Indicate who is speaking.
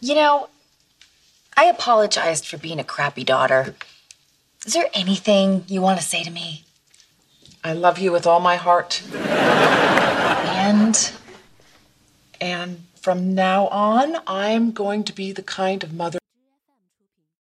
Speaker 1: You know, I apologized for being a crappy daughter. Is there anything you want to say to me?
Speaker 2: I love you with all my heart.
Speaker 1: And
Speaker 2: And from now on, I'm going to be the kind of mother